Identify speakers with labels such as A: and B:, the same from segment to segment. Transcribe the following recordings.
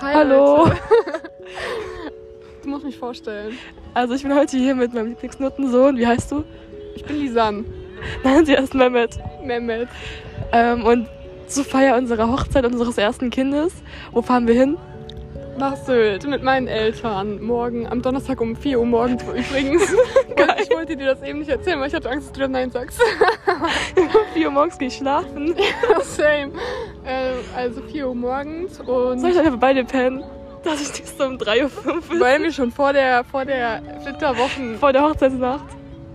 A: Hi,
B: Hallo.
A: Leute. Du musst mich vorstellen.
B: Also ich bin heute hier mit meinem Lieblingsnotensohn. Wie heißt du?
A: Ich bin Lisanne.
B: Nein, sie heißt Mehmet.
A: Mehmet.
B: Ähm, und zur Feier unserer Hochzeit unseres ersten Kindes. Wo fahren wir hin?
A: Nach Sylt mit meinen Eltern. Morgen, am Donnerstag um 4 Uhr morgens übrigens. Und ich wollte dir das eben nicht erzählen, weil ich hatte Angst, dass du dann Nein sagst.
B: Um Vier Uhr morgens gehe ich schlafen.
A: Same. Äh, also 4 Uhr morgens
B: Soll ich
A: und
B: einfach beide pennen? Dass ich nicht so um 3.05 Uhr
A: weil wir schon vor der, vor der Flitterwochen,
B: vor der Hochzeitsnacht.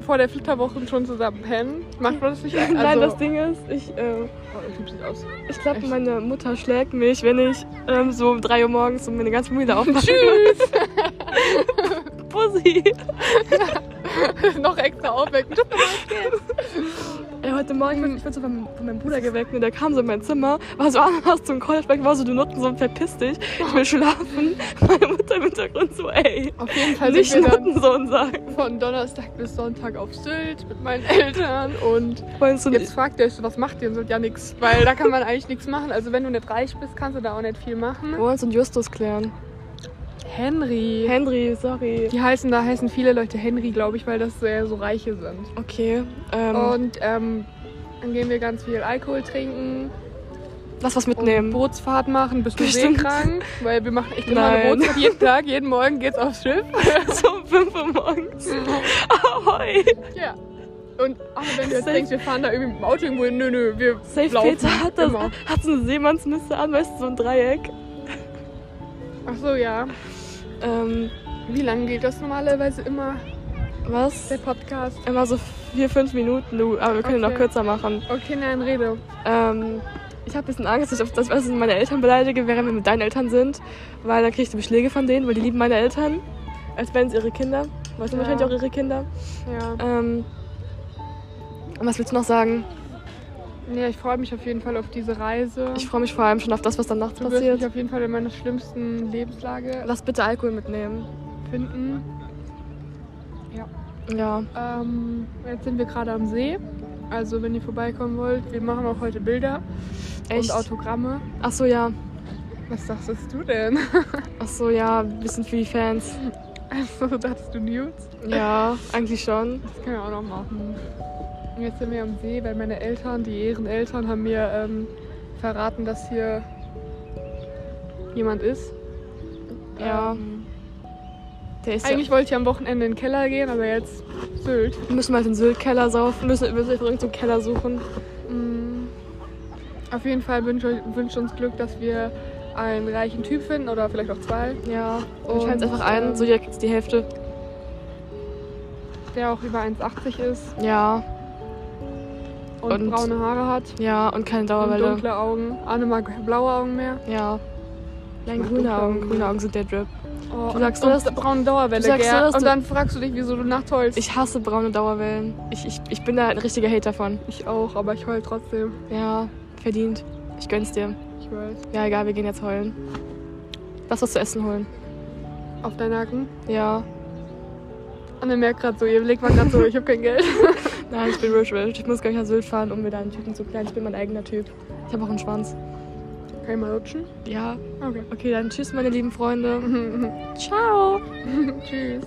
A: vor der Flitterwochen schon zusammen pennen. Macht man das nicht? Also,
B: Nein, das Ding ist, ich, äh,
A: Oh, der Typ sieht aus.
B: ich glaube,
A: Echt?
B: meine Mutter schlägt mich, wenn ich ähm, so um 3 Uhr morgens und meine ganze Familie aufwacht.
A: Tschüss!
B: Pussy.
A: Noch extra aufwecken.
B: Ey, heute Morgen, ich wurde so von, von meinem Bruder geweckt und der kam so in mein Zimmer, war so, ah, hast du einen College weg, war so, du Nutten, so, verpiss dich, ich will schlafen. Meine Mutter im Hintergrund so, ey,
A: Auf jeden Fall
B: nicht
A: sind wir dann
B: Nuttensohn sagen.
A: von Donnerstag bis Sonntag auf Sylt mit meinen Eltern und
B: Meinst du
A: jetzt
B: nicht?
A: fragt ihr euch, so, was macht ihr in Sylt? Ja, nix, weil da kann man eigentlich nichts machen. Also wenn du nicht reich bist, kannst du da auch nicht viel
B: Wir
A: machen.
B: wollen uns und Justus klären.
A: Henry.
B: Henry, sorry.
A: Die heißen, da heißen viele Leute Henry, glaube ich, weil das sehr so Reiche sind.
B: Okay, ähm,
A: Und ähm, dann gehen wir ganz viel Alkohol trinken
B: lass was
A: und
B: mitnehmen.
A: Bootsfahrt machen, bist du
B: Bestimmt.
A: seekrank? Weil wir machen echt immer eine
B: Nein.
A: Bootsfahrt jeden Tag, jeden Morgen geht's aufs Schiff.
B: so um 5 Uhr morgens. Ahoi.
A: Ja. Und auch wenn du jetzt
B: Safe.
A: denkst, wir fahren da irgendwie mit dem Auto irgendwo hin, nö, nö, wir
B: Safe
A: laufen
B: Peter hat, das,
A: immer.
B: hat so eine Seemannsmütze an, weißt du, so ein Dreieck.
A: Ach so, ja.
B: Ähm,
A: Wie lange geht das normalerweise immer,
B: was?
A: der Podcast?
B: Immer so 4, 5 Minuten, du, aber wir können ihn
A: Okay.
B: noch kürzer machen.
A: Okay, nein, rede.
B: Ähm, ich habe ein bisschen Angst, dass ich, auf das, dass ich meine Eltern beleidige, während wir mit deinen Eltern sind, weil dann kriege ich die Beschläge von denen, weil die lieben meine Eltern, als wären es ihre Kinder. Weil es sind
A: Ja.
B: wahrscheinlich auch ihre Kinder.
A: Ja.
B: Ähm, und was willst du noch sagen?
A: Nee, ich freue mich auf jeden Fall auf diese Reise.
B: Ich freue mich vor allem schon auf das, was dann nachts
A: du wirst mich
B: passiert.
A: auf jeden Fall in meiner schlimmsten Lebenslage
B: Lass bitte Alkohol mitnehmen.
A: finden.
B: Ja.
A: Ähm, jetzt sind wir gerade am See. Also, wenn ihr vorbeikommen wollt, wir machen auch heute Bilder
B: Echt?
A: und Autogramme.
B: Ach so, ja.
A: Was dachtest du denn?
B: Ach so, ja. Ein bisschen für die Fans.
A: Also, dachtest du Nudes?
B: Ja, eigentlich schon.
A: Das können wir auch noch machen. Und Jetzt sind wir am See, weil meine Eltern, die Ehreneltern, haben mir ähm, verraten, dass hier jemand ist.
B: Ja.
A: Ähm,
B: Der ist
A: eigentlich wollte ich am Wochenende in den Keller gehen, aber jetzt Sylt.
B: ja, müssen wir halt den Sylt-Keller saufen, müssen, müssen wir irgendeinen Keller suchen.
A: Mm. Auf jeden Fall wünsche euch- wünscht uns Glück, dass wir einen reichen Typ finden oder vielleicht auch zwei,
B: Ja,
A: Und,
B: wir teilen es einfach ein,
A: ähm,
B: so jeder kriegt die Hälfte.
A: der auch über 1,80 ist
B: Ja,
A: und,
B: Und-
A: braune Haare hat
B: ja, und keine
A: und
B: Dauerwelle.
A: dunkle Augen. Anne mag blaue Augen mehr.
B: ja. Nein,
A: Mach
B: grüne
A: dunkle
B: Augen.
A: Augen.
B: Grüne Augen sind der Drip.
A: Oh,
B: Du sagst,
A: und,
B: du hast-
A: und braune Dauerwelle,
B: du sagst, du
A: gell?
B: hast-
A: Und dann fragst du dich, wieso du nachts heulst.
B: Ich hasse braune Dauerwellen. Ich, ich, ich bin da ein richtiger Hater von.
A: Ich auch, aber ich heul trotzdem.
B: Ja, verdient. Ich gönn's dir.
A: Ich weiß.
B: Ja, egal, wir gehen jetzt heulen. Lass was zu essen holen.
A: Auf deinen Nacken.
B: Ja.
A: Anne merkt gerade so, ihr Blick war gerade so, ich habe kein Geld.
B: Nein, ich bin rich, rich. Ich muss gleich nach Sylt fahren, um mir da einen Typen zu klären. Ich bin mein eigener Typ. Ich habe auch einen Schwanz.
A: Kann ich mal lutschen?
B: Ja.
A: Okay.
B: Okay, dann tschüss, meine lieben Freunde.
A: Mhm, mhm.
B: Ciao.
A: Tschüss.